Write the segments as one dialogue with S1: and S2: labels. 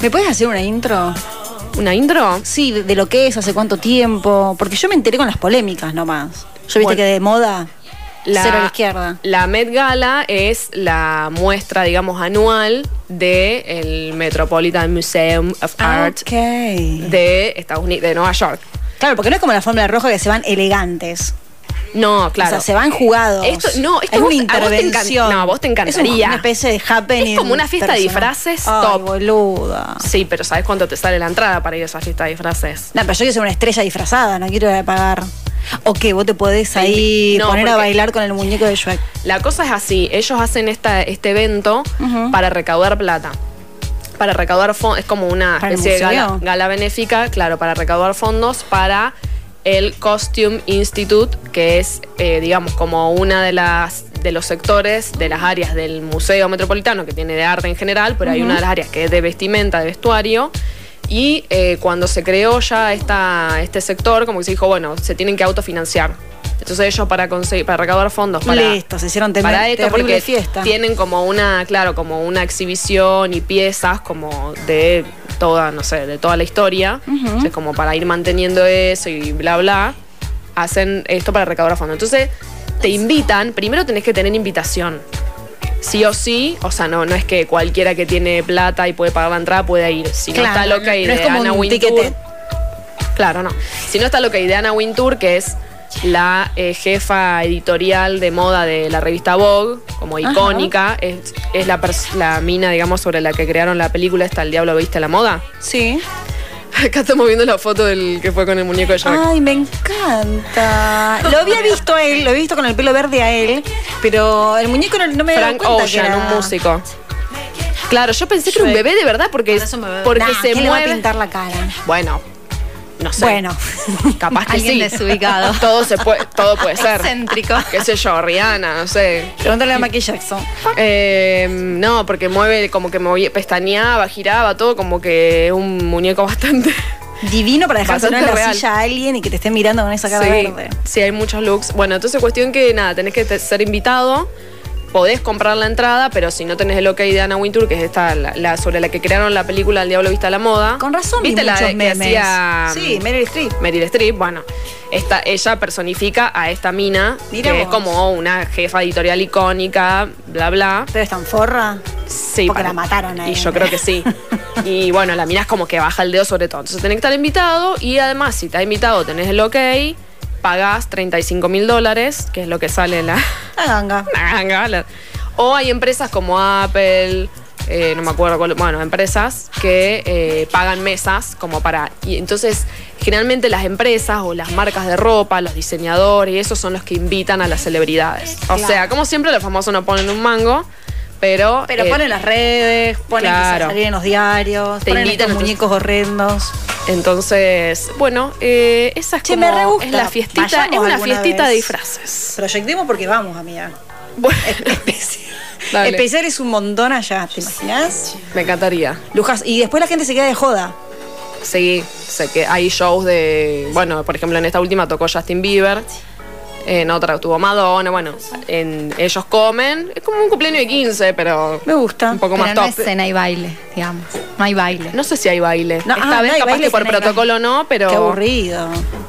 S1: ¿Me puedes hacer una intro?
S2: ¿Una intro?
S1: Sí, de, de lo que es, hace cuánto tiempo. Porque yo me enteré con las polémicas nomás. Yo viste
S2: Bueno.
S1: que de moda, cero a la izquierda.
S2: La Met Gala es la muestra, digamos, anual del el Metropolitan Museum of Art
S1: Ah, Ok.
S2: de Estados Unidos, de Nueva York.
S1: Claro, porque no es como la fórmula roja que se van elegantes.
S2: No, claro.
S1: O sea, se van jugados.
S2: Esto, no, esto
S1: es
S2: vos-
S1: una
S2: a vos te encan-
S1: intervención.
S2: no, a vos te
S1: Es un-
S2: encantaría.
S1: una especie de happening.
S2: Es como una fiesta de
S1: personal.
S2: disfraces
S1: Ay,
S2: top.
S1: boluda.
S2: Sí, pero ¿sabes cuánto te sale la entrada para ir a esa fiesta de disfraces?
S1: No, pero yo quiero ser una estrella disfrazada, no quiero ir a pagar. O que vos te podés ahí
S2: No,
S1: poner a
S2: porque-
S1: bailar con el muñeco de Shrek.
S2: La cosa es así, ellos hacen esta, este evento
S1: Ujú.
S2: para recaudar plata. Para recaudar fondos, es como una
S1: Para el
S2: especie de gala,
S1: museo.
S2: gala benéfica, claro, para recaudar fondos para el Costume Institute, que es, eh, digamos, como una de las de los sectores, de las áreas del Museo Metropolitano, que tiene de arte en general, pero hay una de las áreas que es de vestimenta, de vestuario. Y eh, cuando se creó ya esta, este sector, como que se dijo, bueno, se tienen que autofinanciar. Entonces ellos para conseguir, para recaudar fondos para,
S1: Listo, se hicieron temer-
S2: para esto
S1: terrible
S2: porque
S1: fiesta.
S2: tienen como una, claro, como una exhibición y piezas como de toda, no sé, de toda la historia. O sea, como para ir manteniendo eso y bla bla. Hacen esto para recaudar fondos. Entonces, te invitan, primero tenés que tener invitación. Sí o sí, o sea, no, no es que cualquiera que tiene plata y puede pagar la entrada pueda ir. Si no
S1: Claro,
S2: está loca y
S1: no es
S2: de
S1: como
S2: Ana
S1: un
S2: Wintour-
S1: tiquete.
S2: Claro, no. Si no está lo que idea Ana Wintour, que es la eh, jefa editorial de moda de la revista Vogue, como
S1: Ajá.
S2: icónica, es, es la, pers- la mina, digamos, sobre la que crearon la película Está el Diablo Viste la Moda.
S1: Sí.
S2: Acá estamos viendo la foto del que fue con el muñeco de Jack.
S1: Ay, me encanta. Lo había visto a él, lo había visto con el pelo verde a él, pero el muñeco no, no me daba
S2: Frank
S1: cuenta que
S2: Ocean,
S1: era...
S2: un músico. Claro, yo pensé que era un
S1: Shrek.
S2: bebé de verdad porque,
S3: Ahora es un bebé.
S2: porque
S1: Nah,
S2: se
S1: Ah, ¿quién le va a
S2: mueve.
S1: pintar la cara?
S2: Bueno, no sé.
S1: Bueno.
S2: capaz que
S3: Alguien
S2: sí.
S3: desubicado.
S2: Todo, se puede, todo puede ser.
S3: Excéntrico.
S2: Qué sé yo, Rihanna, no sé.
S1: Pregúntale a Michael Jackson.
S2: Eh, no, porque mueve, como que movía, pestañeaba, giraba, todo como que un muñeco bastante.
S1: Divino para dejar
S2: Bastante
S1: sonar en la
S2: real.
S1: silla a alguien y que te esté mirando con esa cara
S2: Sí,
S1: verde.
S2: sí, hay muchos looks. Bueno, entonces cuestión que nada, tenés que te- ser invitado. Podés comprar la entrada, pero si no tenés el OK de Anna Wintour, que es esta, la, la- sobre la que crearon la película El Diablo Vista a la Moda.
S1: Con razón vi
S2: ¿Viste la
S1: muchos
S2: que
S1: memes.
S2: hacía, mm,
S1: Sí, Meryl Streep.
S2: Meryl Streep, bueno, esta, ella personifica a esta mina,
S1: Mira
S2: que es
S1: vos.
S2: como una jefa editorial icónica, bla, bla.
S1: ¿Ustedes están forra?
S2: Sí,
S1: Porque la mataron ¿eh? a
S2: Y
S1: ella.
S2: yo creo que sí. Y bueno, la mina es como que baja el dedo sobre todo. Entonces tenés que estar invitado y además, si estás invitado, tenés el ok, pagás 35 mil dólares, que es lo que sale la.
S1: La ganga.
S2: la ganga, la- O hay empresas como Apple. eh, no me acuerdo cuál- bueno, empresas que eh, pagan mesas como para. Y entonces, generalmente las empresas o las marcas de ropa, los diseñadores y esos son los que invitan a las celebridades. O
S1: Claro.
S2: sea, como siempre, los famosos no ponen un mango, pero.
S1: Pero
S2: eh,
S1: ponen las redes, ponen que
S2: claro.
S1: salir en los diarios,
S2: Te
S1: ponen
S2: invitan,
S1: estos
S2: entonces-
S1: muñecos horrendos.
S2: Entonces, bueno, eh, esa es
S1: Che,
S2: como-
S1: me re gusta.
S2: es la fiestita,
S1: Vayamos
S2: es una
S1: alguna
S2: fiestita
S1: vez.
S2: de disfraces.
S1: Proyectemos porque vamos, amiga.
S2: Bueno, Dale.
S1: Especial es un montón allá, ¿te imaginas?
S2: me encantaría.
S1: Lujas. Y después la gente se queda de joda.
S2: Sí, sé que hay shows de, bueno, por ejemplo, en esta última tocó Justin Bieber. En otra tuvo Madonna, bueno, en ellos comen, es como un cumpleaños de 15, pero
S1: Me gusta.
S2: un poco
S3: Pero
S2: más
S3: no
S2: top.
S3: es cena y baile, digamos. No hay baile.
S2: No sé si hay baile.
S1: No,
S2: Esta
S1: ah,
S2: vez
S1: no hay
S2: capaz
S1: baile,
S2: que por
S1: cena y
S2: protocolo no, pero
S1: Qué aburrido.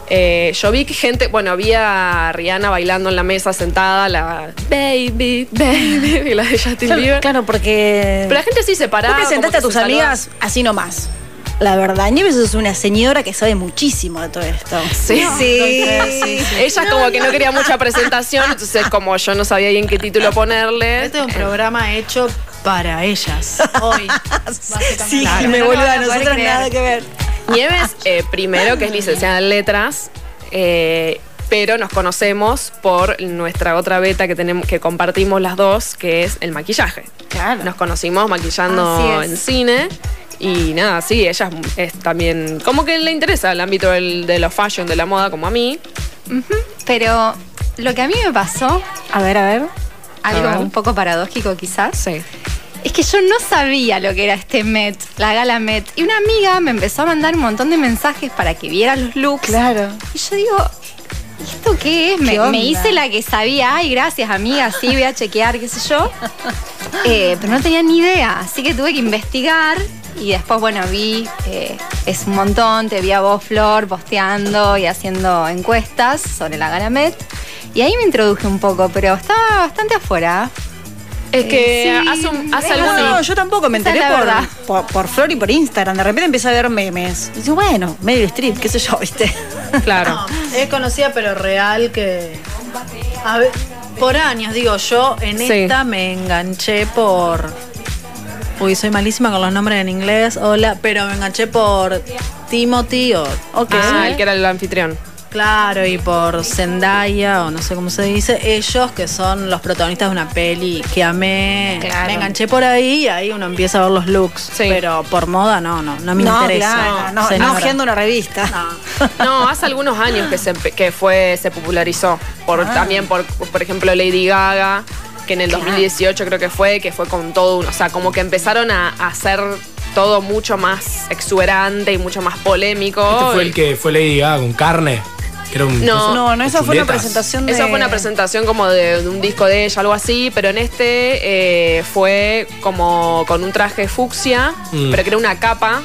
S2: Eh, yo vi que gente, bueno, había a Rihanna bailando en la mesa sentada, la baby, baby, y la de Justin
S1: Claro,
S2: Bieber.
S1: claro, porque.
S2: Pero la gente sí se
S1: Vos
S2: paraba. como
S1: presentaste
S2: que
S1: a tus
S2: se saludaba.
S1: amigas así nomás. La verdad, Nieves es una señora que sabe muchísimo de todo esto.
S2: Sí.
S1: sí,
S2: Ella como que no quería mucha presentación, entonces como yo no sabía bien qué título ponerle.
S3: Este es un programa hecho para ellas. Hoy.
S1: Sí,
S3: Claro.
S1: me
S3: No lo
S1: vuelve
S3: van
S1: a
S3: a poder
S1: nosotros
S3: creer.
S1: nada que ver.
S2: Nieves, eh, primero que es licenciada en letras, eh, pero nos conocemos por nuestra otra beta que tenemos, que compartimos las dos, que es el maquillaje.
S1: Claro.
S2: Nos conocimos maquillando
S3: Así es.
S2: en cine. Y nada, sí, ella es, es también. Como que le interesa el ámbito del- de los fashion, de la moda, como a mí.
S3: Pero lo que a mí me pasó,
S1: A ver, a ver.
S2: A ver.
S3: algo un poco paradójico quizás,
S2: Sí.
S3: es que yo no sabía lo que era este Met, la gala Met. Y una amiga me empezó a mandar un montón de mensajes para que viera los looks.
S1: Claro.
S3: Y yo digo, ¿esto qué es? Me,
S1: onda?
S3: me hice la que sabía, ay, gracias amiga, sí, voy a chequear, qué sé yo. Eh, pero no tenía ni idea, así que tuve que investigar y después, bueno, vi, eh, es un montón, te vi a vos, Flor, posteando y haciendo encuestas sobre la Galamet. Y ahí me introduje un poco, pero estaba bastante afuera.
S2: Es que
S3: Eh, sí,
S2: hace, un- hace
S3: es
S1: No,
S2: algunos-
S1: no, yo tampoco me
S3: Esa es
S1: enteré
S3: la
S1: por,
S3: verdad.
S1: por, por Flor y por Instagram. De repente empecé a ver memes. Y dice, bueno, Meryl Streep, qué sé yo, ¿viste?
S2: Claro.
S4: Es conocida pero real que... A ver, por años, digo, yo en
S2: Sí.
S4: esta me enganché por... Uy, soy malísima con los nombres en inglés, hola, pero me enganché por Timothy o...
S1: Ok.
S2: Ah, el que era el anfitrión.
S4: Claro, y por Zendaya, o no sé cómo se dice, ellos que son los protagonistas de una peli que amé.
S3: Claro.
S4: Me enganché por ahí y ahí uno empieza a ver los looks.
S2: Sí.
S4: Pero por moda no, no, no me
S1: no,
S4: interesa.
S1: claro, no, no,
S4: señora.
S1: hojeando una revista.
S2: No, hace algunos años que se, empe- que fue, se popularizó. Por, También por, por ejemplo, Lady Gaga, que en el 2018 creo que fue, que fue con todo un- O sea, como que empezaron a, a hacer todo mucho más exuberante y mucho más polémico.
S5: Este fue
S2: Y-
S5: el que fue Lady Gaga con carne. que era un-
S2: No.
S1: No, no, esa fue una
S5: chuletas.
S1: presentación de...
S2: Esa fue una presentación como de, de un disco de ella, algo así, pero en este eh, fue como con un traje fucsia,
S5: Mm.
S2: pero que era una capa,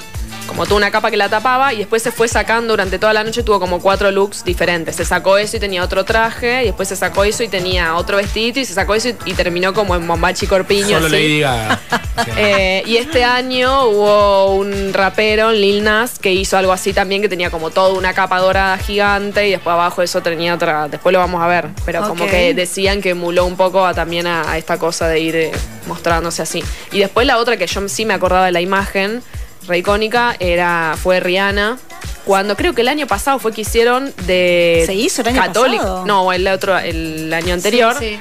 S2: como tuvo una capa que la tapaba y después se fue sacando durante toda la noche, tuvo como cuatro looks diferentes. Se sacó eso y tenía otro traje, y después se sacó eso y tenía otro vestido, y se sacó eso y, y terminó como en bombachi corpiño.
S5: Solo
S2: así.
S5: Lady Gaga. O sea,
S2: Eh, y este año hubo un rapero, Lil Nas, que hizo algo así también, que tenía como toda una capa dorada gigante y después abajo eso tenía otra. Después lo vamos a ver, pero como
S1: Ok.
S2: que decían que emuló un poco a- también a, a esta cosa de ir eh, mostrándose así. Y después la otra que yo sí me acordaba de la imagen, re icónica, era, fue Rihanna. Cuando creo que el año pasado fue que hicieron de.
S1: ¿Se hizo el año
S2: católico.
S1: pasado?
S2: No, el otro, el año anterior.
S4: Sí, sí,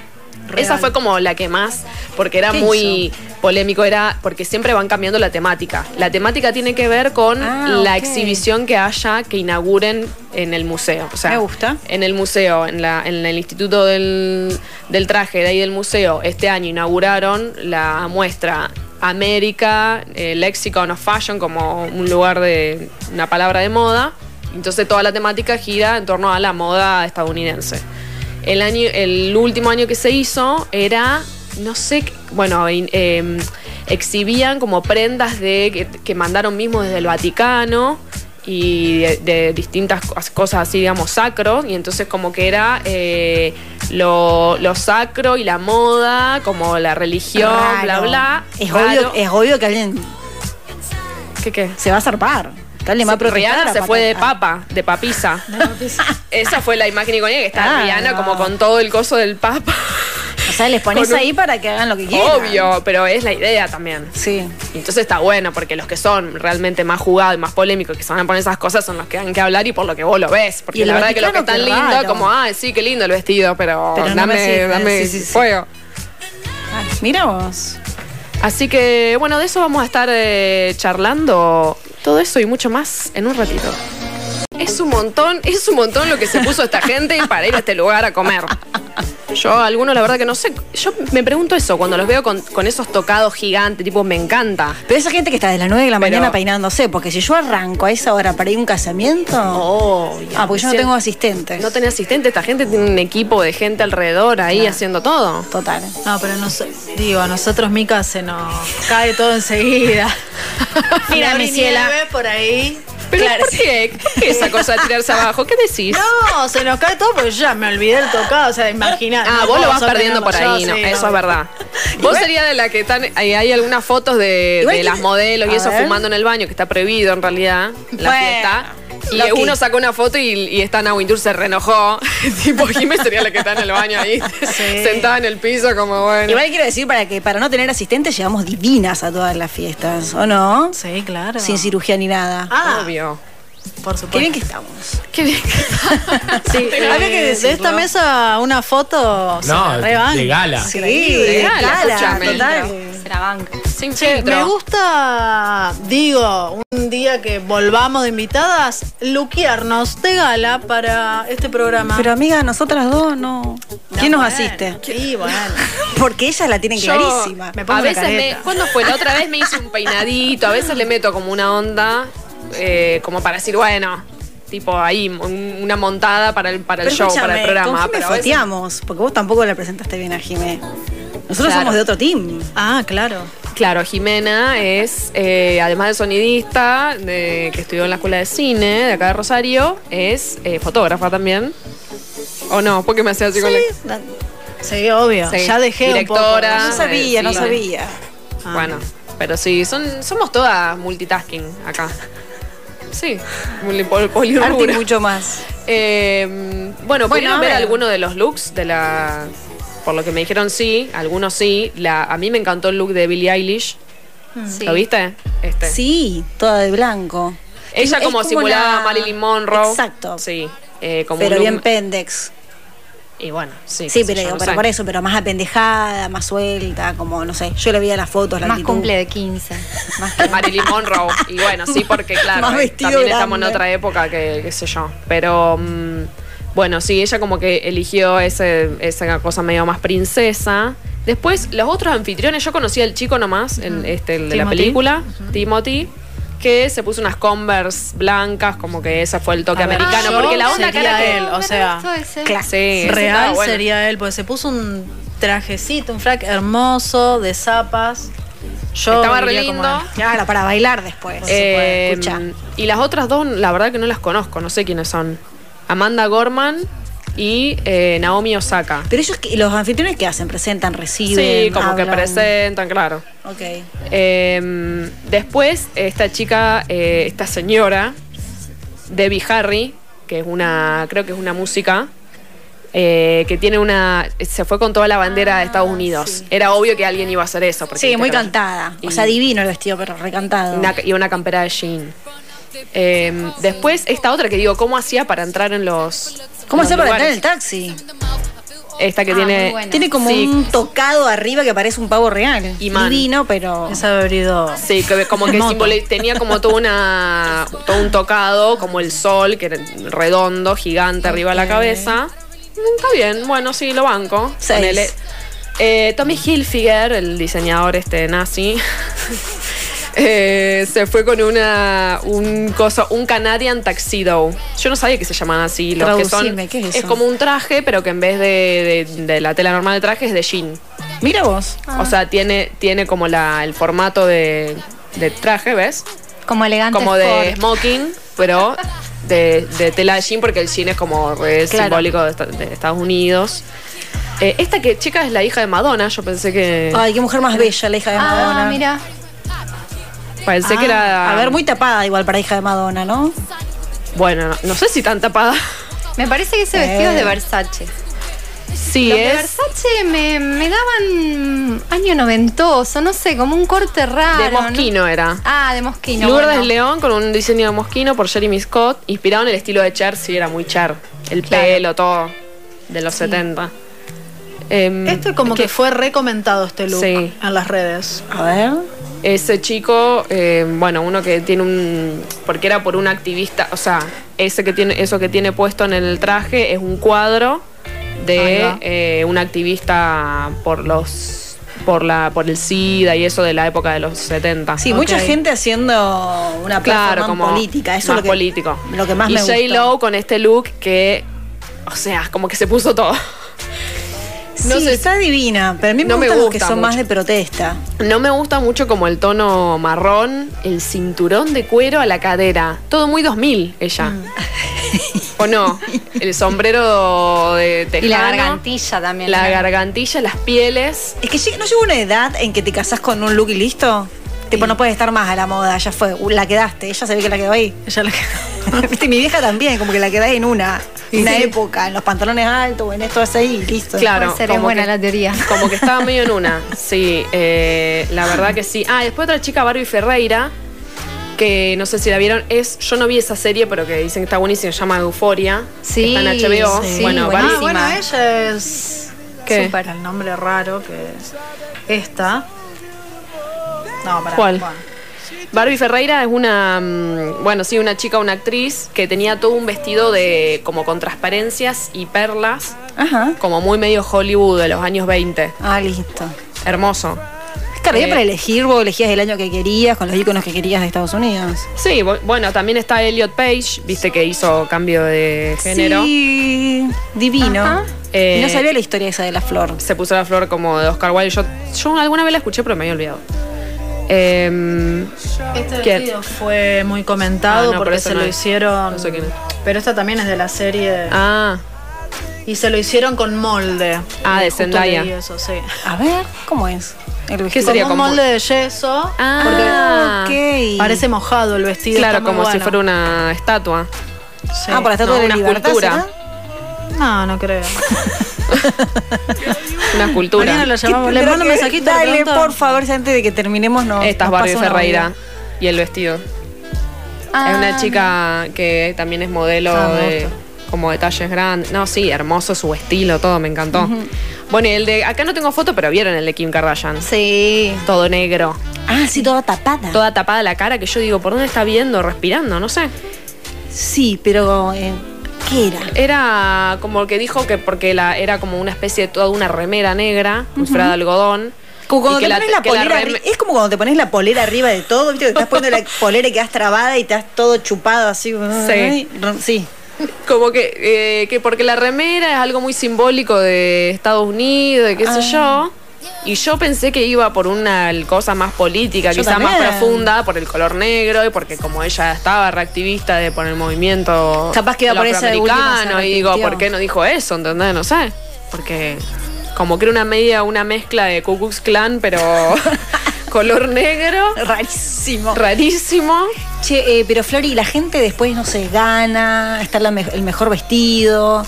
S2: Esa
S4: real.
S2: fue como la que más, porque era
S1: ¿Qué
S2: muy polémico, era porque siempre van cambiando la temática. La temática tiene que ver con
S1: Ah,
S2: la
S1: ok.
S2: exhibición que haya, que inauguren en el museo. O sea,
S1: Me gusta.
S2: En el museo, en, la, en el Instituto del, del Traje de ahí del museo, este año inauguraron la muestra América, eh, Lexicon of Fashion, como un lugar de una palabra de moda. Entonces toda la temática gira en torno a la moda estadounidense. El, año, el último año que se hizo era, no sé, qué- bueno, in- eh, exhibían como prendas de que, que mandaron mismo desde el Vaticano y de, de distintas cos- cosas así, digamos, sacro. Y entonces como que era eh, lo, lo sacro y la moda, como la religión, bla,
S1: Raro.
S2: bla.
S1: Es
S2: Raro.
S1: obvio, es obvio que alguien
S2: ¿Qué qué?
S1: se va a zarpar. Que alguien va a protestar Ah,
S2: Rihanna
S1: a
S2: se fue de
S1: patar- a-
S2: papa, de papisa. Esa fue la imagen icónica que está
S1: Ah,
S2: Rihanna
S1: no.
S2: como con todo el coso del papa.
S1: O sea, les pones
S2: Con un-
S1: ahí para que hagan lo que quieran.
S2: Obvio, pero es la idea también.
S1: Sí.
S2: Y Entonces está bueno, porque los que son realmente más jugados y más polémicos, que se van a poner esas cosas, son los que dan que hablar y por lo que vos lo ves.
S1: Y
S2: Porque
S1: el
S2: la verdad que los que
S1: Vaticano,
S2: están
S1: qué
S2: lindos,
S1: raro.
S2: como, ah, sí, qué lindo el vestido, pero,
S1: Pero no
S2: dame,
S1: me sirve,
S2: dame
S1: sí, sí, sí.
S2: fuego.
S1: Ay, mira vos.
S2: Así que, bueno, de eso vamos a estar eh, charlando todo eso y mucho más en un ratito. Es un montón, es un montón lo que se puso esta gente para ir a este lugar a comer. Yo, algunos, la verdad que no sé. Yo me pregunto eso cuando los veo con, con esos tocados gigantes, tipo, me encanta.
S1: Pero esa gente que está de las 9 de la
S2: Pero-
S1: mañana peinándose, porque si yo arranco a esa hora para ir a un casamiento.
S2: Oh,
S1: ah, porque yo no tengo asistentes.
S2: No tenés asistente, esta gente tiene un equipo de gente alrededor ahí haciendo todo.
S1: Total.
S4: No, pero no sé, digo, a nosotros, Mica, se nos cae todo enseguida.
S3: Mira,
S4: Flor y
S3: mi ciela.
S4: nieve por ahí.
S2: Pero ¿por qué? ¿Por qué esa cosa de tirarse abajo? ¿Qué decís?
S4: No, se nos cae todo porque yo ya me olvidé el tocado, o sea, imaginar.
S2: Ah, vos lo vas perdiendo por ahí, no, eso es verdad. Vos serías de la que están, hay, hay algunas fotos de,
S1: Igual
S2: de
S1: que-
S2: las modelos y
S1: a
S2: eso
S1: ver.
S2: fumando en el baño, que está prohibido en realidad, la
S1: Bueno,
S2: fiesta. Y
S1: lo que-
S2: uno sacó una foto y, y esta Ana Wintour se reenojó. tipo, Jimé sería la que está en el baño ahí, sentada en el piso, como bueno.
S1: Igual quiero decir para que para no tener asistentes llegamos divinas a todas las fiestas, ¿o no?
S4: Sí, claro.
S1: Sin cirugía ni nada.
S4: Ah,
S2: Obvio.
S4: por
S1: Qué bien
S4: supuesto.
S1: que estamos.
S2: Qué bien.
S4: Sí,
S2: Tengo
S4: habría
S2: que
S4: que de
S2: decirlo.
S4: esta mesa una foto. se la
S5: No,
S4: rebanca.
S5: de gala.
S1: Sí,
S2: increíble.
S1: de
S2: ¿eh? Dale,
S1: cara,
S2: escúchame.
S1: total.
S3: Se la banca.
S2: Sin
S4: Che,
S2: filtro.
S4: me gusta, digo, un día que volvamos de invitadas, luquearnos de gala para este programa.
S1: Pero amiga, nosotras dos no. ¿Quién nos asiste?
S4: Sí, bueno.
S1: Porque ellas la tienen
S2: Yo-
S1: clarísima.
S4: me pongo
S2: a
S4: una
S2: veces me,
S4: careta.
S2: ¿Cuándo fue? La otra vez me hice un peinadito, a veces le meto como una onda, eh, como para decir, bueno, tipo ahí, un- una montada para el, para el
S1: Pero
S2: show, para el
S1: escúchame,
S2: programa.
S1: ¿Con Jime
S2: pero a veces-
S1: foteamos? Porque vos tampoco la presentaste bien a Jimé. Nosotros
S2: Claro.
S1: somos de otro team.
S4: Ah, claro.
S2: Claro, Jimena es, eh, además de sonidista, de, que estudió en la escuela de cine de acá de Rosario, es eh, fotógrafa también. ¿O no? Porque me hacía así con la...
S4: Da- Sí, obvio.
S2: Sí.
S4: Ya dejé un poco.
S2: Directora.
S1: No
S2: Ah,
S1: sabía,
S2: sí,
S1: no
S2: vale.
S1: sabía.
S4: Ah.
S2: Bueno, pero sí, son, somos todas multitasking acá. Sí, muli- pol-
S1: Arte y
S2: poliurbura.
S1: mucho más.
S2: Eh, bueno, ¿pudieron
S1: a
S2: ver
S1: ver.
S2: alguno de los looks de la... Por lo que me dijeron sí, algunos sí. La, a mí me encantó el look de Billie Eilish.
S3: Sí.
S2: ¿Lo viste? Este.
S1: Sí, toda de blanco.
S2: Ella
S1: Es-
S2: como,
S1: es
S2: simulaba
S1: la-
S2: a Marilyn Monroe.
S1: Exacto.
S2: Sí. eh, como
S1: pero
S2: un
S1: bien
S2: look-
S1: pendex.
S2: Y bueno, sí.
S1: Sí,
S2: qué sé
S1: pero,
S2: yo, no
S1: pero
S2: sé.
S1: por eso, pero más apendejada, más suelta, como no sé. Yo le veía las fotos, la
S3: Más
S1: actitud.
S3: cumple de 15. Más que-
S2: Marilyn Monroe. Y bueno, sí, porque claro,
S1: Más
S2: eh,
S1: vestido
S2: también estamos en
S1: grande.
S2: otra época que qué sé yo. Pero mm, bueno, sí, ella como que eligió ese, esa cosa medio más princesa. Después, los otros anfitriones, yo conocí al chico nomás, el, este, el de la
S4: Timothy.
S2: película, Timothy, que se puso unas Converse blancas, como que ese fue el toque
S4: A ver,
S2: americano.
S4: Ah, yo
S2: porque la onda
S4: sería
S2: cara que...
S4: él, o
S3: Pero
S4: sea,
S3: esto es eh, él.
S1: Claro.
S2: Sí, ese estaba
S4: Real
S2: bueno.
S4: sería él, porque se puso un trajecito, un frac hermoso, de zapas. Yo
S2: Estaba re
S4: iría como
S2: lindo.
S4: él.
S1: Claro, para bailar después. mm.
S2: Eh,
S1: Escucha.
S2: y las otras dos, la verdad que no las conozco, no sé quiénes son. Amanda Gorman y eh, Naomi Osaka.
S1: Pero ellos, que- los anfitriones, ¿qué hacen? ¿Presentan,
S2: Sí,
S1: reciben?
S2: como que
S1: hablan?
S2: presentan, claro.
S1: Ok.
S2: Eh, después, esta chica, eh, esta señora, Debbie Harry, que es una, creo que es una música. eh, que tiene una. Se fue con toda la bandera de Estados Unidos. Era obvio que alguien iba a hacer eso. porque
S1: Ah, Sí,
S2: viste
S1: muy
S2: que-
S1: cantada.
S2: Y-
S1: O sea, divino el vestido, pero recantado.
S2: Una- y una campera de jean. Eh, después, esta otra que digo, ¿cómo hacía para entrar en los.
S1: ¿Cómo
S2: los
S1: hace para entrar en
S2: lugares?
S1: el taxi?
S2: Esta que
S3: Ah,
S2: tiene.
S3: muy buena.
S1: Tiene como
S2: Sí.
S1: un tocado arriba que parece un pavo real.
S2: Imán.
S1: Divino, pero.
S4: Esa debe haber ido.
S2: Sí, que como que
S4: Moto.
S2: simboli- tenía como toda una, todo un tocado, como el sol, que era redondo, gigante, arriba de la cabeza. Mm, Está bien, bueno, sí, lo banco.
S1: Seis.
S2: Ponele. Eh, Tommy Hilfiger, el diseñador este nazi, eh, se fue con una un coso, un Canadian tuxedo. Yo no sabía que se llamaban así. Los que son,
S1: Traducime, ¿qué es eso?
S2: como un traje, pero que en vez de, de- de la tela normal de traje es de jean.
S1: Mira vos.
S2: O sea, tiene, tiene como la, el formato de, de traje, ¿ves?
S3: Como elegante.
S2: Como de
S3: sport.
S2: smoking, pero de, de tela de jean, porque el jean es como re
S1: Claro.
S2: simbólico de, esta- de Estados Unidos. Eh, esta que chica es la hija de Madonna, yo pensé que.
S1: Ay, qué mujer más bella, la hija de Madonna. Ah,
S3: Ah, mira.
S2: pensé que era.
S1: A ver, muy tapada igual para hija de Madonna, ¿no?
S2: Bueno, no, no sé si tan tapada.
S3: Me parece que ese vestido es de Versace.
S2: Sí,
S3: Los de
S2: es.
S3: Versace me, me daban año noventoso, no sé, como un corte raro.
S2: De
S3: ¿no?
S2: mosquino era.
S3: Ah, de mosquino.
S2: Lourdes
S3: bueno.
S2: León con un diseño de mosquino por Jeremy Scott, inspirado en el estilo de Cher, sí, era muy Cher. El
S3: Claro.
S2: pelo, todo, de los 70. Em,
S4: Este como que fue recomendado este look
S2: Sí.
S4: en las redes.
S1: A ver.
S2: Ese chico, eh, bueno, uno que tiene un. porque era por un activista, o sea, ese que tiene, eso que tiene puesto en el traje es un cuadro
S4: Ahí
S2: de
S4: va.
S2: eh, un activista por los. por la. por el SIDA y eso de la época de los 70.
S1: Sí,
S4: Ok.
S1: mucha gente haciendo una
S2: Claro,
S1: plataforma
S2: como
S1: política. Eso es
S2: más
S1: lo que,
S2: político.
S1: Lo que más
S2: y
S1: me gusta.
S2: J. Lowe con este look que, o sea, como que se puso todo. no
S1: sí,
S2: sé si-
S1: está divina, pero a mí me
S2: No me
S1: gustan los que
S2: gusta
S1: son más
S2: mucho.
S1: de protesta.
S2: No me gusta mucho como el tono marrón, el cinturón de cuero a la cadera. Todo muy 2000 ella.
S1: Mm.
S2: ¿O no? El sombrero de tejano.
S3: Y la gargantilla también.
S2: La
S3: ¿no?
S2: gargantilla, las pieles.
S1: Es que llega- no llega una edad en que te casás con un look y listo. Tipo, no puedes estar más a la moda, ya fue. Uh, La quedaste, ella se ve que la quedó ahí.
S4: Ella la
S1: Viste, mi vieja también, como que la quedás en una, una época, en los pantalones altos, o en esto así, y listo.
S2: Claro.
S3: Puede ser, es
S2: como
S3: buena
S2: que-
S3: la teoría.
S2: Como que estaba medio en una. Sí, eh, la verdad que sí. Ah, después otra chica, Barbie Ferreira, que no sé si la vieron. Es, yo no vi esa serie, pero que dicen que está buenísima, se llama Euforia.
S3: Sí,
S2: Está en HBO.
S3: sí,
S2: bueno, Barbie-
S4: Ah,
S3: buenísima.
S4: bueno, ella es.
S2: ¿Qué?
S4: Súper, el nombre raro que es. Esta. No, para.
S2: ¿Cuál? Barbie Ferreira es una, mm, bueno, sí, una chica, una actriz que tenía todo un vestido de como con transparencias y perlas,
S1: Ajá.
S2: como muy medio Hollywood de los años 20.
S1: Ah, listo.
S2: Hermoso.
S1: Claro,
S2: Eh,
S1: ya para elegir, vos elegías el año que querías, con los iconos que querías de Estados Unidos.
S2: Sí, bu- bueno, también está Elliot Page, viste que hizo cambio de género.
S1: Sí, divino.
S3: Ajá.
S2: Eh,
S1: no sabía la historia esa de la flor.
S2: se puso la flor como de Oscar Wilde. Yo, yo alguna vez la escuché, pero me había olvidado. Em,
S4: Este
S2: ¿Quién?
S4: vestido fue muy comentado
S2: Ah, no, pero
S4: porque
S2: eso
S4: se
S2: no
S4: lo
S2: es.
S4: hicieron.
S2: No sé quién es.
S4: Pero esta también es de la serie.
S2: ah,
S4: Y se lo hicieron con molde.
S2: Ah, de
S4: Justo
S2: Zendaya.
S4: leí eso, sí.
S1: A ver, ¿cómo es? El
S4: Que
S1: vestido.
S2: sería
S4: sería un
S2: como-
S4: molde de yeso.
S1: ok.
S2: Ah,
S4: porque parece mojado el vestido.
S2: claro,
S4: está muy
S2: como si
S4: bueno.
S2: fuera una estatua.
S4: Sí.
S1: Ah, por la estatua
S2: No,
S1: de la
S2: una
S1: libertad.
S2: escultura.
S1: ¿será?
S4: No, no creo.
S2: Una escultura.
S4: Marina lo llamamos.
S1: ¿Qué
S4: Le
S1: tendrá
S4: mando un
S1: que ver?
S4: mensajito. le
S1: Dale,
S4: pregunto.
S1: por favor, si antes de que terminemos, no.
S2: Esta es Barbie Ferreira. Y el vestido. Es una
S3: Ah,
S2: chica que también es modelo
S4: Ah, me
S2: de
S4: gusta.
S2: como detalles grandes. No, sí, hermoso su estilo, todo, me encantó. Bueno, y el de. Acá no tengo foto, pero vieron el de Kim Kardashian.
S3: Sí.
S2: Todo negro.
S1: Ah, sí, toda tapada.
S2: Toda tapada la cara que yo digo, ¿por dónde está viendo? Respirando, no sé.
S1: Sí, pero. eh, ¿Qué era?
S2: Era como que dijo que porque la, era como una especie de toda una remera negra, un fuera de algodón.
S1: Como cuando
S2: y que
S1: te pones la
S2: que la
S1: polera
S2: reme-
S1: arri- es como cuando te pones la polera arriba de todo, viste que estás poniendo la polera y quedas trabada y estás todo chupado así.
S2: Sí.
S1: r- sí.
S2: Como que, eh, que porque la remera es algo muy simbólico de Estados Unidos, de qué sé
S1: Ah.
S2: yo. Y yo pensé que iba por una cosa más política,
S1: Yo
S2: quizá más
S1: también.
S2: profunda, por el color negro y porque como ella estaba reactivista de por el movimiento
S1: Capaz que iba
S2: de los
S1: por esa de última, se
S2: afroamericanos, y digo,
S1: arrepintió.
S2: ¿por qué no dijo eso? ¿Entendés? No sé. Porque como que era una media, una mezcla de Ku Klux Klan, pero color negro,
S1: Rarísimo.
S2: rarísimo.
S1: Che, eh, pero Flori, la gente después no se gana, está la me- el mejor vestido.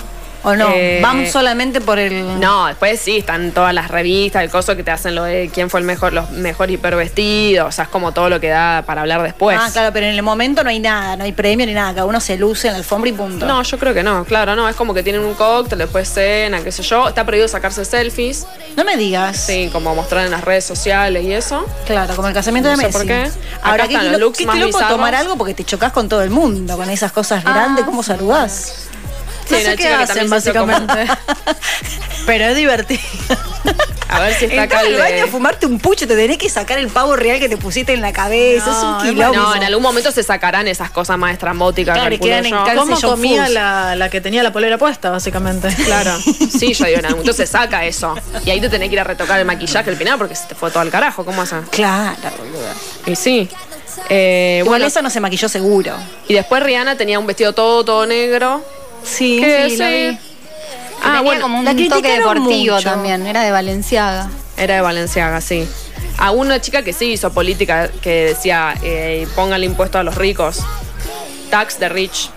S1: ¿O no?
S2: Eh,
S1: Van solamente por el.
S2: No, después sí, están todas las revistas, el coso que te hacen lo de quién fue el mejor, los mejor hipervestidos, o sea, es como todo lo que da para hablar después.
S1: Ah, claro, pero en el momento no hay nada, no hay premio ni nada. Cada uno se luce en la alfombra y punto.
S2: No, yo creo que no, claro, no, es como que tienen un cóctel, después cena, qué sé yo, está prohibido sacarse selfies,
S1: No me digas.
S2: sí, como mostrar en las redes sociales y eso.
S1: Claro, como el casamiento
S2: No
S1: de
S2: sé
S1: Messi.
S2: por qué.
S1: Ahora,
S2: Acá
S1: qué,
S2: están
S1: quilo,
S2: los looks
S1: qué
S2: más
S1: quilombo tomar
S2: bizarros. Ah.
S1: algo porque te chocas con todo el mundo, con esas cosas grandes, ¿cómo saludás?
S2: Sí,
S4: No
S2: una
S4: sé qué
S2: chica que
S4: hacen,
S2: también se hizo como-
S4: básicamente. Pero es divertido.
S2: A ver si está acá
S1: Entrar
S2: el
S1: al
S2: de-
S1: baño a fumarte un pucho, te tenés que sacar el pavo real que te pusiste en la cabeza, es un
S4: No, es
S1: quilombo.
S2: No, en algún momento se sacarán esas cosas más estrambóticas,
S1: Claro, y
S2: calculo
S1: quedan en
S2: yo.
S1: calza
S4: ¿Cómo
S1: John
S4: comía
S1: Fuss.
S4: la, la que tenía la polera puesta, básicamente?
S2: Claro, sí, yo digo, en algún momento se saca eso. Y ahí te tenés que ir a retocar el maquillaje, el peinado, porque se te fue todo al carajo, ¿cómo haces?
S1: Claro, boluda.
S2: Y sí. Eh,
S1: Igual
S2: bueno,
S1: eso no se maquilló seguro.
S2: y después Rihanna tenía un vestido todo, todo negro.
S1: Sí,
S2: Que
S3: sí, lo
S2: ese-
S3: vi.
S2: Ah,
S3: Tenía
S2: bueno,
S3: como
S1: la
S3: un toque
S1: criticaron
S3: deportivo
S1: mucho.
S3: también. Era de Valenciaga.
S2: era de Valenciaga, sí. A una chica que sí hizo política, que decía, eh, póngale impuesto a los ricos. Tax the rich.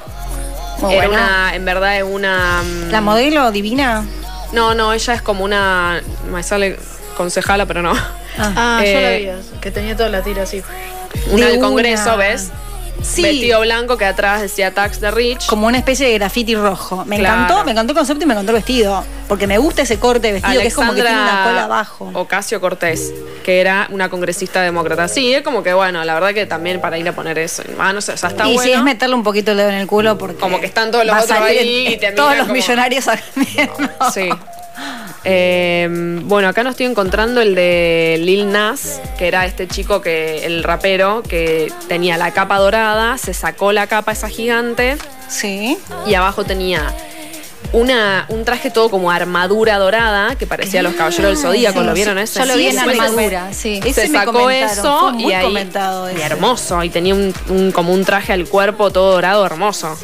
S1: Muy
S2: era
S1: buena.
S2: una, en verdad es una... mm,
S1: La modelo divina.
S2: No, no, ella es como una... Me sale concejala, pero no.
S4: Ah,
S2: Eh,
S4: yo la vi. eso, Que tenía toda la tira así.
S2: Una
S1: De
S2: del
S1: una.
S2: Congreso, ¿ves?
S1: Sí.
S2: Vestido blanco que atrás decía Tax the Rich.
S1: Como una especie de graffiti rojo. Me
S2: Claro.
S1: encantó, me encantó el concepto y me encantó el vestido. Porque me gusta ese corte de vestido que es como que tiene una cola abajo.
S2: Ocasio Cortés, que era una congresista demócrata. Sí, es como que bueno, la verdad que también para ir a poner eso. Ah, no sé, o sea, está
S1: y
S2: bueno.
S1: si es meterle un poquito el dedo en el culo porque.
S2: Como que están todos los
S1: va a
S2: otros
S1: salir
S2: ahí y te
S1: Todos
S2: miran
S1: los
S2: como-
S1: millonarios a- ¿no?
S2: Sí. Eh, bueno, acá no estoy encontrando el de Lil Nas, que era este chico que, el rapero, que tenía la capa dorada, se sacó la capa esa gigante
S1: Sí.
S2: y abajo tenía una, un traje todo como armadura dorada que parecía los caballeros del Zodíaco.
S3: sí,
S2: ¿Lo
S3: sí.
S2: vieron ese?
S3: Yo lo
S1: Ah, Sí,
S3: vi en
S1: ese me
S3: armadura, sí.
S1: Ese
S2: se
S1: me
S2: sacó
S1: comentaron,
S2: eso
S1: fue muy
S2: y ahí
S1: comentado
S2: y
S1: ese.
S2: hermoso y tenía un, un- como un traje al cuerpo todo dorado hermoso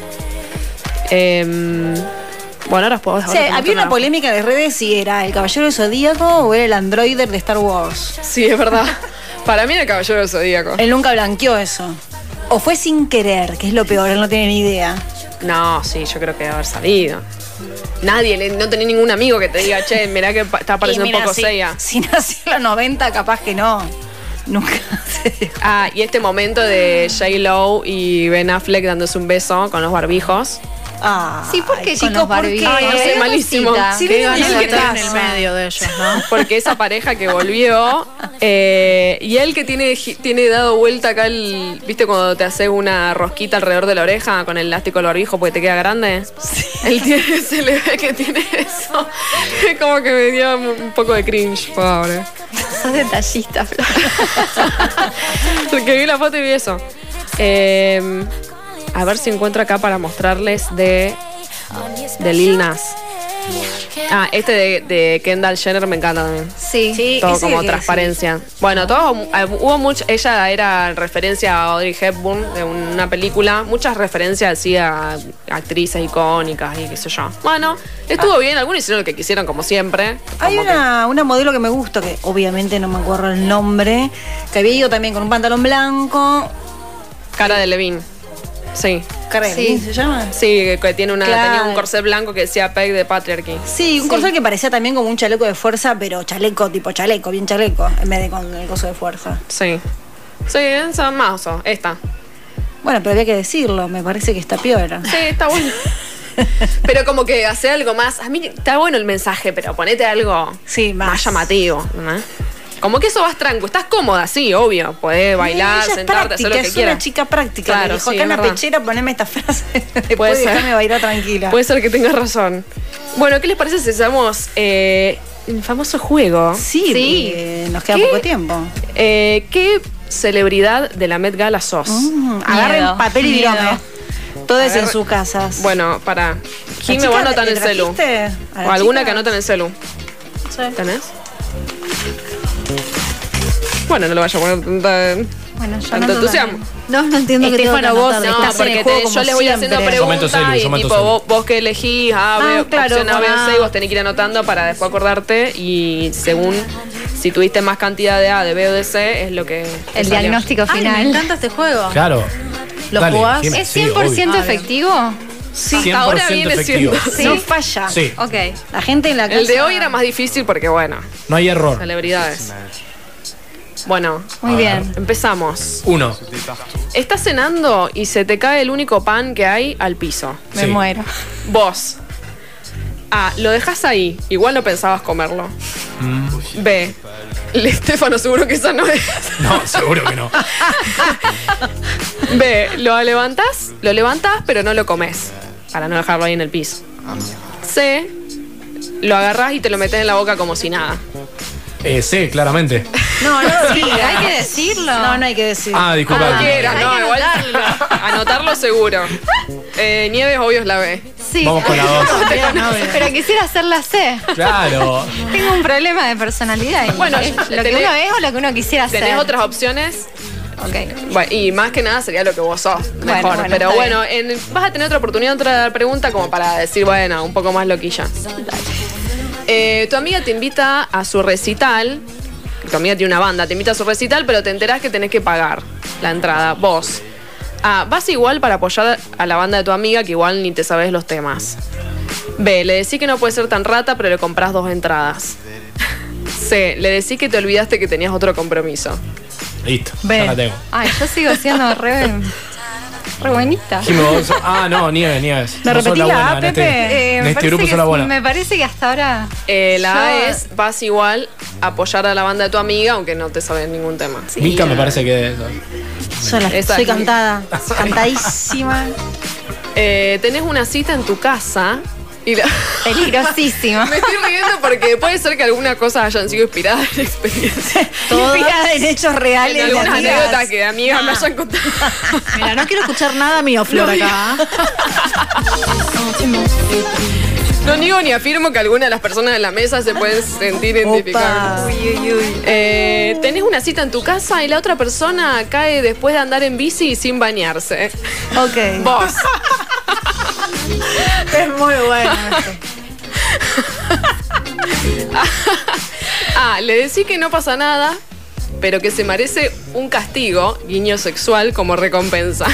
S2: Em, bueno ahora os puedo
S1: O
S2: ahora te
S1: sea,
S2: meto
S1: había una polémica en las redes si era el caballero del zodíaco o era el androider de Star Wars.
S2: sí es verdad para mí era el caballero del zodíaco
S1: Él nunca blanqueó eso. O fue sin querer, que es lo peor, él no tiene ni idea.
S2: no sí yo creo que debe haber salido nadie le- no tenía ningún amigo que te diga che mirá que pa- está pareciendo
S1: Y
S2: un
S1: mira,
S2: poco
S1: si-
S2: Seiya
S1: Si nació en los 90, capaz que no. Nunca se dio.
S2: ah y este momento de J Lo y Ben Affleck dándose un beso con los barbijos
S1: Ah,
S3: Sí, ¿por qué,
S1: ay,
S3: chicos,
S1: con los
S3: por
S1: barbitos.
S3: qué? Ay,
S2: no sé,
S3: Hay
S2: malísimo.
S3: una cita.
S1: Sí,
S4: Qué
S1: viene
S4: ganas
S1: bien
S4: de
S1: que
S4: estar en el
S1: pasa.
S4: medio de ellos, ¿no?
S2: porque esa pareja que volvió eh, y él que tiene, gi- tiene dado vuelta acá el, viste cuando te haces una rosquita alrededor de la oreja con el elástico del barbijo porque te queda grande él tiene, se le ve que tiene eso Es como que me dio un poco de cringe pobre
S3: Sos detallista, pero.
S2: porque vi la foto y vi eso Eh, a ver si encuentro acá para mostrarles de de Lil Nas Ah, este de, de Kendall Jenner me encanta también.
S3: Sí.
S1: Sí,
S2: Todo
S1: ese
S2: como
S1: que-
S2: transparencia. Bueno, todo eh, hubo mucho. Ella era referencia a Audrey Hepburn de una película. Muchas referencias así a actrices icónicas y qué sé yo. Bueno, estuvo bien. Algunos hicieron lo que quisieron, como siempre.
S1: Hay
S2: Como que-
S1: una, una modelo que me gusta, que obviamente no me acuerdo el nombre, que había ido también con un pantalón blanco.
S2: Cara de Levine. Sí.
S1: Karen,
S3: Sí.
S1: ¿se llama?
S2: Sí, que tiene una,
S1: Claro.
S2: tenía un corsé blanco que decía Peg de Patriarchy.
S1: Sí, un
S3: Sí.
S1: corsé que parecía también como un chaleco de fuerza, pero chaleco, tipo chaleco, bien chaleco, en vez de con el coso de fuerza.
S2: Sí. Sí, esa más o esta.
S1: Bueno, pero había que decirlo, me parece que está peor.
S2: Sí, está bueno. pero como que hace algo más. A mí está bueno el mensaje, pero ponete algo
S1: Sí,
S2: más,
S1: más.
S2: llamativo. ¿no? Como que eso vas tranquilo. Estás cómoda, sí, obvio. Podés bailar,
S1: Ella es
S2: sentarte, hacer lo
S1: práctica,
S2: que
S1: es
S2: quieras.
S1: una chica práctica.
S2: Claro,
S1: Claro, dijo,
S2: sí,
S1: acá en la
S2: es verdad.
S1: pechera poneme esta frase. Después
S2: Eh, Puede ser.
S1: déjame bailar tranquila.
S2: Puede ser que tengas razón. Bueno, ¿qué les parece si hacemos eh, el famoso juego?
S1: sí,
S3: Sí.
S1: porque nos queda
S2: ¿Qué?
S1: poco tiempo.
S2: Eh, ¿Qué celebridad de la Met Gala sos?
S1: Mm, agarren
S3: Miedo,
S1: papel y
S3: miedo.
S1: dígame. Todos en
S2: Agarra-
S1: sus casas.
S2: Bueno, para. ¿Quién me
S1: chica
S2: va a anotar
S1: le
S2: en el celu?
S1: trajiste? ¿A la
S2: O alguna
S1: chica?
S2: que anota en el celu.
S1: Sí.
S2: ¿Tenés? Bueno, no lo vaya a poner eh, tanta-
S3: Bueno, yo
S2: tanto
S3: anoto
S2: entusiasmo.
S4: No, no entiendo que tengo que
S3: Estefano, vos
S4: anotar.
S3: no,
S4: Este Estás en el
S2: porque
S4: juego
S2: te- yo
S4: como
S2: les voy haciendo
S4: siempre.
S2: preguntas
S5: Yo meto celu, yo
S2: y
S5: meto
S2: tipo
S5: celu.
S2: vos, vos que elegís A, B,
S1: Ah, claro,
S2: opción A, B,
S1: ah.
S2: C, y vos tenés que ir anotando para después acordarte y según si tuviste más cantidad de A, de B o de C es lo que te
S3: El
S2: salió.
S3: diagnóstico
S4: Ay, me
S3: final.
S4: encanta este juego.
S5: Claro.
S4: ¿Lo jugás?
S5: Jimena,
S3: ¿Es
S5: sí,
S3: 100%
S2: Ah,
S5: obvio.
S3: efectivo?
S2: Hasta ahora
S5: 100%
S2: viene
S5: efectivo.
S2: siendo.
S3: Sí.
S1: No falla.
S5: Sí,
S3: Ok.
S1: La gente en la casa.
S2: El de hoy era más difícil porque bueno,
S5: no hay error.
S2: celebridades. Bueno,
S3: Muy
S5: A ver.
S3: bien.
S2: empezamos.
S5: Uno.
S2: Estás cenando y se te cae el único pan que hay al piso.
S3: Me
S5: Sí.
S3: muero.
S2: Vos. A. Lo dejas ahí. Igual no pensabas comerlo. B. El Estefano, seguro que esa no es.
S5: No, seguro que no.
S2: B. Lo levantás, lo levantás, pero no lo comes. Para no dejarlo ahí en el piso. C. Lo agarrás y te lo metes en la boca como si nada.
S3: Ah,
S5: Eh, sí, claramente.
S1: No, no diga.
S3: Hay que decirlo.
S1: No, no hay que decir.
S5: Ah, disculpa.
S2: Como quieras,
S3: hay
S2: no,
S3: que
S2: igual.
S3: anotarlo.
S2: Anotarlo seguro. Eh, Nieves, obvio, es la B.
S3: Sí.
S5: Vamos con la dos.
S3: Pero quisiera hacer la C.
S5: Claro.
S3: Tengo un problema de personalidad. y
S2: Bueno,
S3: lo que
S2: tenés-
S3: uno es o lo que uno quisiera hacer.
S2: ¿Tenés otras opciones?
S3: Ok.
S2: Bueno, y más que nada sería lo que vos sos mejor.
S3: bueno,
S2: pero
S3: está
S2: bueno, en- vas a tener otra oportunidad, otra pregunta como para decir, bueno, un poco más loquilla. Eh, tu amiga te invita a su recital. Tu amiga tiene una banda, te invita a su recital, pero te enterás que tenés que pagar la entrada, vos. Ah, vas igual para apoyar a la banda de tu amiga que igual ni te sabes los temas. B, le decís que no puede ser tan rata, pero le compras dos entradas. C, le decís que te olvidaste que tenías otro compromiso.
S5: Listo.
S4: Ve.
S5: Ya la tengo.
S3: Ay, yo sigo siendo re, re buenita.
S5: Jimmy, vos- Ah, no, Nieves, Nieves.
S1: ¿Me
S5: No sos
S1: repetí la
S5: buena
S1: A,
S5: en este-
S1: Pepe?
S3: Eh,
S5: En
S3: me
S5: este
S3: parece
S5: grupo
S3: que
S5: sos la
S3: sí,
S5: buena.
S3: Me parece que hasta ahora.
S2: Eh, la A
S3: Yo-
S2: es, vas igual a apoyar a la banda de tu amiga, aunque no te sabes ningún tema.
S5: Mica me parece que.
S1: Son las-
S2: Esa
S1: soy
S2: es mi-
S1: cantada. cantadísima.
S2: Eh, tenés una cita en tu casa y la-
S3: Peligrosísima.
S2: Me estoy riendo porque puede ser que algunas cosas hayan sido inspiradas en experiencias.
S1: Inspirada en hechos reales.
S2: En algunas
S1: de amigas.
S2: anécdotas que de amigas
S5: Ah.
S2: me hayan contado.
S4: Mira, no quiero escuchar nada mío, Flor, acá. ¿eh?
S2: No niego ni afirmo que algunas de las personas de la mesa se pueden sentir identificadas.
S1: Opa.
S2: Eh, tenés una cita en tu casa y la otra persona cae después de andar en bici y sin bañarse.
S1: Ok.
S2: Vos.
S4: ¿eh?
S1: Es muy bueno. esto.
S2: Ah, le decís que no pasa nada, pero que se merece un castigo, guiño sexual, como recompensa.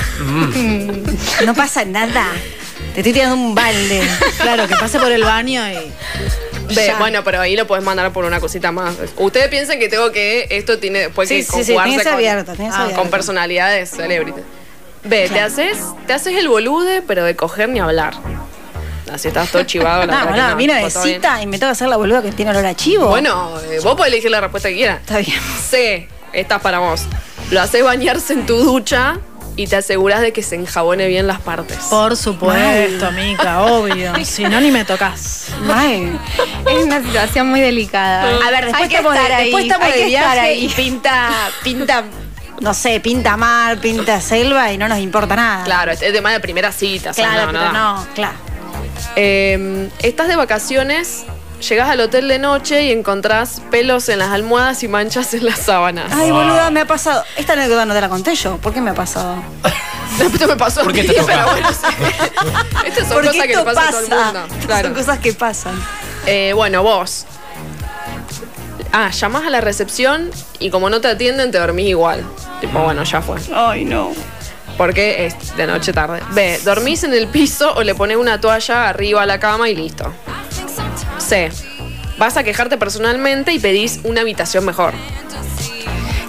S1: No pasa nada. Te estoy tirando un balde.
S4: Claro, que pase por el baño y.
S2: Ve,
S1: Ya.
S2: bueno, pero ahí lo podés mandar por una cosita más. Ustedes piensan que tengo que. Esto tiene. Pues
S1: Sí,
S2: que
S1: sí, sí,
S2: conjugarse
S1: tenés
S2: con, Ah,
S1: abierto, tenés
S2: con
S1: abierto.
S2: personalidades celebrities. Ve, te haces, te haces el bolude, pero de coger ni hablar. Así estás todo chivado. la
S1: No,
S2: verdad
S1: no,
S2: que
S1: vino de
S2: tipo, todo bien.
S1: cita y me tengo que hacer la boluda que tiene olor a chivo.
S2: Bueno, eh, vos podés elegir la respuesta que quieras.
S1: Está bien.
S2: C, esta es para vos. Lo haces bañarse en tu ducha y te aseguras de que se enjabone bien las partes.
S4: Por supuesto, Mica, obvio. Si no, ni me tocas.
S1: Mal.
S3: Es una situación muy delicada.
S1: A ver, después
S3: Hay que
S1: estamos, de-
S3: estar ahí,
S1: después estamos
S3: hay
S1: de
S3: que estar
S1: viaje
S3: ahí.
S1: y
S2: Ah,
S1: pinta, pinta, no sé, pinta mar, pinta selva y no nos importa nada.
S2: Claro, es es tema de primera cita. o sea,
S1: Claro,
S2: no,
S1: pero
S2: no.
S1: no, claro.
S2: eh, estás de vacaciones, llegas al hotel de noche y encontrás pelos en las almohadas y manchas en las sábanas.
S1: Ay,
S5: Ah.
S1: boluda, me ha pasado. Esta anécdota no te la conté yo. ¿Por qué me ha pasado?
S2: Esto me pasó a
S5: ¿Por qué
S2: mí,
S5: te toca?
S2: pero bueno, sí. Estas son
S1: Porque
S2: cosas que le
S1: esto
S2: pasan a todo el mundo. Claro.
S1: Son cosas que pasan.
S2: Eh, bueno, vos. Ah, llamás a la recepción y como no te atienden, te dormís igual. Tipo, bueno, ya fue.
S1: Ay, no.
S2: Porque es de noche tarde. B. Dormís en el piso o le pones una toalla arriba a la cama y listo. C. Vas a quejarte personalmente y pedís una habitación mejor.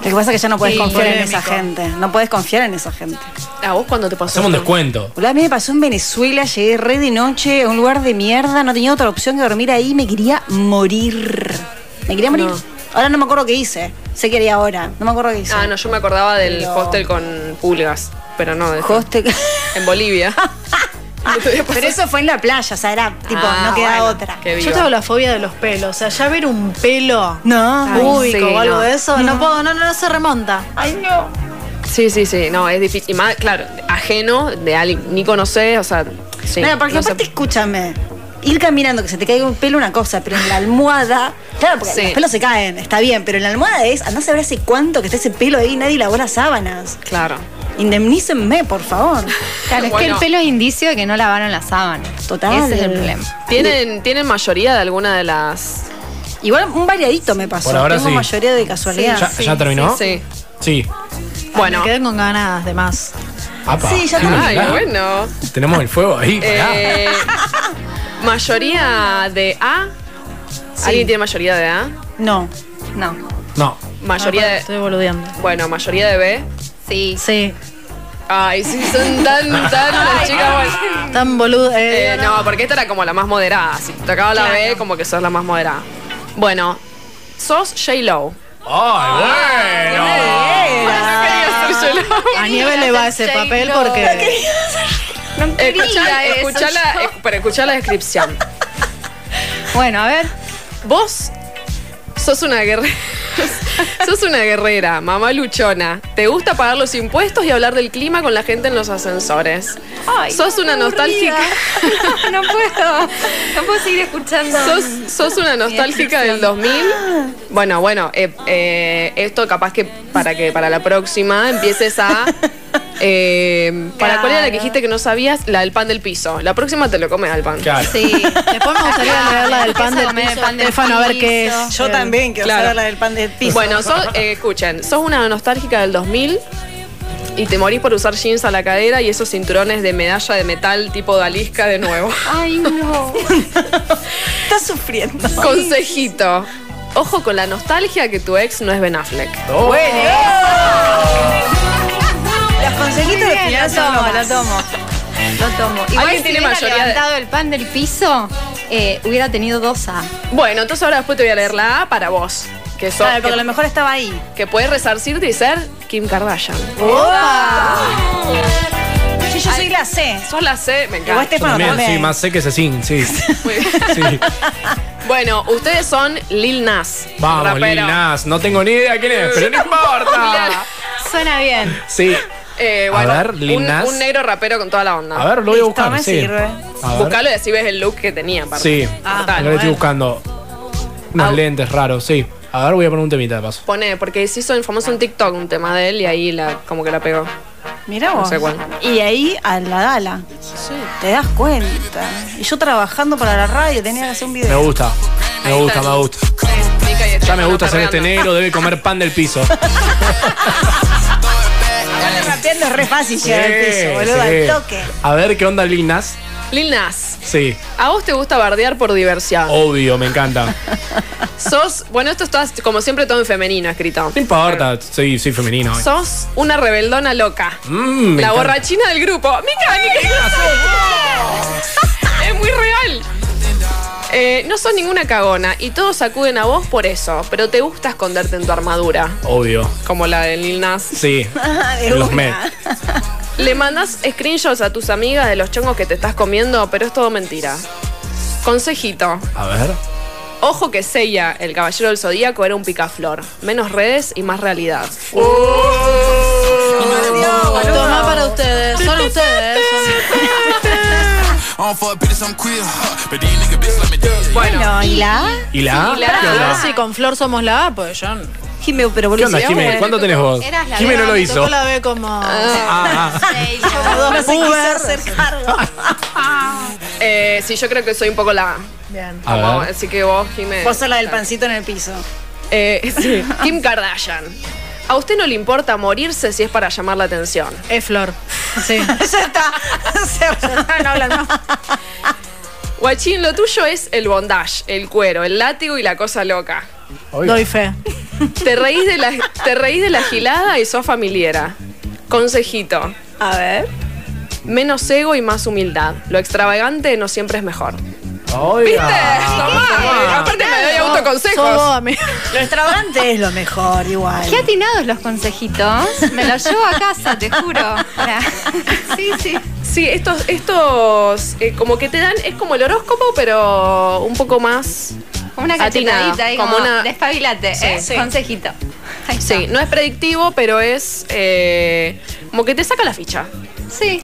S1: Lo que pasa es que ya no puedes
S4: Sí,
S1: confiar en
S4: polémico.
S1: esa gente. No puedes confiar en esa gente.
S2: ¿A vos cuando te pasó?
S5: Hacemos un descuento.
S1: Boluda, a mí me pasó en Venezuela, llegué re de noche a un lugar de mierda, no tenía otra opción que dormir ahí, me quería morir. Me quería morir.
S2: No.
S1: Ahora no me acuerdo qué hice. Sé que haría ahora. No me acuerdo qué hice.
S2: Ah, no, yo me acordaba del
S1: Pero-
S2: hostel con pulgas, pero no de
S1: Hostel-
S2: en Bolivia.
S1: Ah, este pero eso fue en la playa, o sea, era tipo,
S2: Ah,
S1: no queda
S2: bueno,
S1: otra.
S2: qué
S4: Yo
S2: viva.
S4: tengo la fobia de los pelos. O sea, ya ver un pelo
S1: No.
S2: Ay,
S4: púbico
S2: sí,
S4: o algo
S2: no.
S4: de eso, no. puedo, no, no, no se remonta.
S1: Ay, no.
S2: Sí, sí, sí, no, es difícil. Y más, claro, ajeno de alguien, ni conocés, o sea, sí.
S1: Mira, porque
S2: no sé.
S1: aparte, escúchame. Ir caminando, que se te caiga un pelo, una cosa, pero en la almohada. Claro, porque
S2: Sí.
S1: los pelos se caen, está bien, pero en la almohada es. Andás a ver hace cuánto que está ese pelo ahí, nadie lavó las sábanas.
S2: Claro.
S1: Indemnícenme, por favor.
S3: Claro, es que
S2: Bueno.
S3: el pelo es indicio de que no lavaron la sábana.
S1: Total.
S3: Ese es el problema.
S2: ¿Tienen, ¿Tienen mayoría de alguna de las...?
S1: Igual un variadito me pasó.
S5: Por ahora
S1: Tengo
S5: sí.
S1: mayoría de casualidad.
S5: ¿Ya, ya terminó?
S2: Ah, Sí.
S5: Sí.
S2: Bueno.
S4: Me quedé con ganas de más.
S5: Apa.
S1: Sí, ya terminó.
S2: Ay, bueno.
S5: Tenemos el fuego ahí. pará.
S2: Eh, mayoría de A. ¿Alguien tiene mayoría de A?
S1: No.
S3: No.
S5: No.
S2: Mayoría
S4: Ah,
S2: de...
S4: Estoy boludeando.
S2: Bueno, mayoría de B.
S3: Sí.
S4: Sí,
S2: Ay, sí, son tan, tan las chicas. bueno.
S4: tan boludo. eh,
S2: Eh, no, porque esta era como la más moderada. Si tocaba la B, como que sos la más moderada. Bueno, sos J-Lo.
S5: ¡Ay, bueno!
S2: Quería ser J-Lo.
S4: A Nieve le va ese papel porque.
S2: Escuchala, escuchala, eh, pero escuchá la descripción.
S3: Bueno, a ver.
S2: Vos sos una guerrera. Sos una guerrera, mamá luchona. Te gusta pagar los impuestos y hablar del clima con la gente en los ascensores. sos una nostálgica.
S3: No puedo. No puedo seguir escuchando.
S2: Sos, sos una nostálgica del 2000. Bueno, bueno, eh, eh, esto capaz que para que para la próxima empieces a. eh, ¿Para cuál era la que dijiste que no sabías? La del pan del piso. La próxima te lo comes al pan.
S5: Claro.
S3: Sí.
S4: Después me gustaría leer la del pan
S3: Eso,
S4: del
S3: comer el
S4: piso.
S3: pan del
S4: Estefano, a ver qué
S3: piso.
S4: es. Eh,
S1: Yo también quiero
S2: Claro.
S1: saber la del pan del piso.
S2: Bueno, sos- eh, escuchen, sos una nostálgica del 2000 y te morís por usar jeans a la cadera y esos cinturones de medalla de metal tipo Dalisca de nuevo.
S3: Ay, no.
S1: estás sufriendo.
S2: Consejito. Ojo con la nostalgia que tu ex no es Ben Affleck.
S5: Oh,
S1: Los consejitos de
S3: Bien,
S1: final
S3: lo
S1: son
S3: tomo,
S1: lo
S3: lo
S1: más.
S3: tomo. Lo tomo.
S2: ¿Alguien
S3: Igual si
S2: tiene
S3: hubiera
S2: mayoría de-
S3: levantado el pan del piso, eh, hubiera tenido dos A.
S2: Bueno, entonces ahora después te voy a leer la A para vos. Que, sos,
S1: Claro, porque a lo
S2: que,
S1: mejor estaba ahí.
S2: que puedes resarcirte y ser Kim Kardashian.
S1: Sí, yo soy la C.
S2: Sos la C, me
S1: Igual
S2: encanta.
S5: Yo
S1: Estefano
S5: también,
S1: también.
S5: sí, más sé que Cecín, sí. sí.
S2: Muy bien. Bueno, ustedes son Lil Nas.
S5: Vamos,
S2: rapero.
S5: Lil Nas. No tengo ni idea quién es, pero no importa.
S3: Suena bien.
S5: Sí.
S2: Eh,
S5: A
S2: bueno,
S5: ver, Lil
S2: un,
S5: Nas.
S2: un negro rapero con toda la onda.
S5: A ver, lo voy a
S1: Listo,
S5: buscar.
S1: me
S5: sí.
S1: sirve.
S5: A ver.
S2: Buscalo y así ves el look que tenía. aparte.
S5: Sí,
S4: Ah,
S5: lo
S2: Total.
S5: estoy
S4: bueno.
S5: buscando. Unos lentes raros, sí. A ver, voy a poner un temita de paso.
S2: Pone, porque se hizo en famoso un TikTok un tema de él y ahí la, como que la pegó.
S1: Mirá
S2: No
S1: vos.
S2: sé cuál.
S1: Y ahí a la gala. Te das cuenta. Y yo trabajando para la radio tenía que hacer un
S5: Me
S1: video.
S5: gusta, me
S2: Ahí
S5: gusta,
S2: está.
S5: me gusta.
S2: Mica y
S5: Ya me
S2: Estefano
S5: gusta ser este
S2: perreando.
S5: negro, debe comer pan del piso.
S1: Estarle rapeando es re fácil llegar al
S5: Sí,
S1: piso, boludo,
S5: sí.
S1: al toque.
S5: A ver qué onda Lil Nas.
S2: Lil Nas,
S5: Sí,
S2: a vos te gusta bardear por diversión.
S5: obvio, me encanta.
S2: Sos, bueno, esto está como siempre todo en femenino escrito.
S5: No importa, soy, soy femenino. hoy.
S2: Sos una rebeldona loca.
S5: Mm, me
S2: la
S5: encanta.
S2: borrachina del grupo. Mica, Mica. es muy real. Eh, no sos ninguna cagona y todos acuden a vos por eso, pero te gusta esconderte en tu armadura,
S5: Obvio,
S2: como la de Lil Nas.
S5: sí.
S1: De
S5: En los
S1: una.
S5: Met.
S2: Le mandas screenshots a tus amigas de los chongos que te estás comiendo, pero es todo mentira. Consejito.
S5: A ver.
S2: Ojo que Seiya, el caballero del zodíaco, era un picaflor. Menos redes y más realidad.
S4: Ah. Tomá para ustedes, son ustedes.
S6: I don't fuck bitches, I'm queer. Huh. But these nigga bitches like me dead.
S2: Bueno,
S1: No, ¿y la A?
S5: ¿Y la A?
S2: Sí, la
S5: ¿Qué
S2: A.
S5: onda?
S4: Si Ah, con Flor somos la A, pues yo. no.
S1: Jimé, pero
S5: ¿Qué
S1: boludo.
S5: onda,
S1: si
S5: Jimé?
S1: vamos a-
S5: ¿Cuánto tenés vos?
S3: Eras la
S5: Jimé no
S3: gran,
S5: lo
S4: Me
S5: hizo.
S4: tocó la B como.
S5: Ah, ah.
S4: dos Uber.
S2: eh, sí, yo creo que soy un poco la.
S4: Bien.
S5: A
S2: como-
S5: ver.
S2: así que vos, Jiménez.
S7: Vos sos la del pancito en el piso.
S2: Eh, sí. Kim Kardashian. A usted no le importa morirse si es para llamar la atención.
S4: Es Flor. Sí.
S7: Ya está. Se- Ah, no hablan más.
S2: Guachín, lo tuyo es el bondage, el cuero, el látigo y la cosa loca.
S5: Obvio.
S4: Doy fe.
S2: Te reís de la, te reís de la gilada y sos familiera. Consejito.
S7: A ver.
S2: Menos ego y más humildad. Lo extravagante no siempre es mejor.
S5: Oiga.
S2: ¿Viste?
S5: Ah,
S2: Tomá, Aparte me doy
S4: Sos vos,
S2: autoconsejos.
S4: amigo.
S7: Lo extravagante es lo mejor, igual.
S3: Qué atinados los consejitos. Me los llevo a casa, te juro. Pará. Sí, sí.
S2: Sí, estos, estos eh, como que te dan, es como el horóscopo, pero un poco más.
S3: Como una
S2: Atinada,
S3: cachetadita ahí, como,
S2: como una-
S3: despabilate,
S2: Sí,
S3: ¿eh?
S2: sí.
S3: Consejito. Ahí está.
S2: Sí, no es predictivo, pero es eh, como que te saca la ficha.
S3: Sí.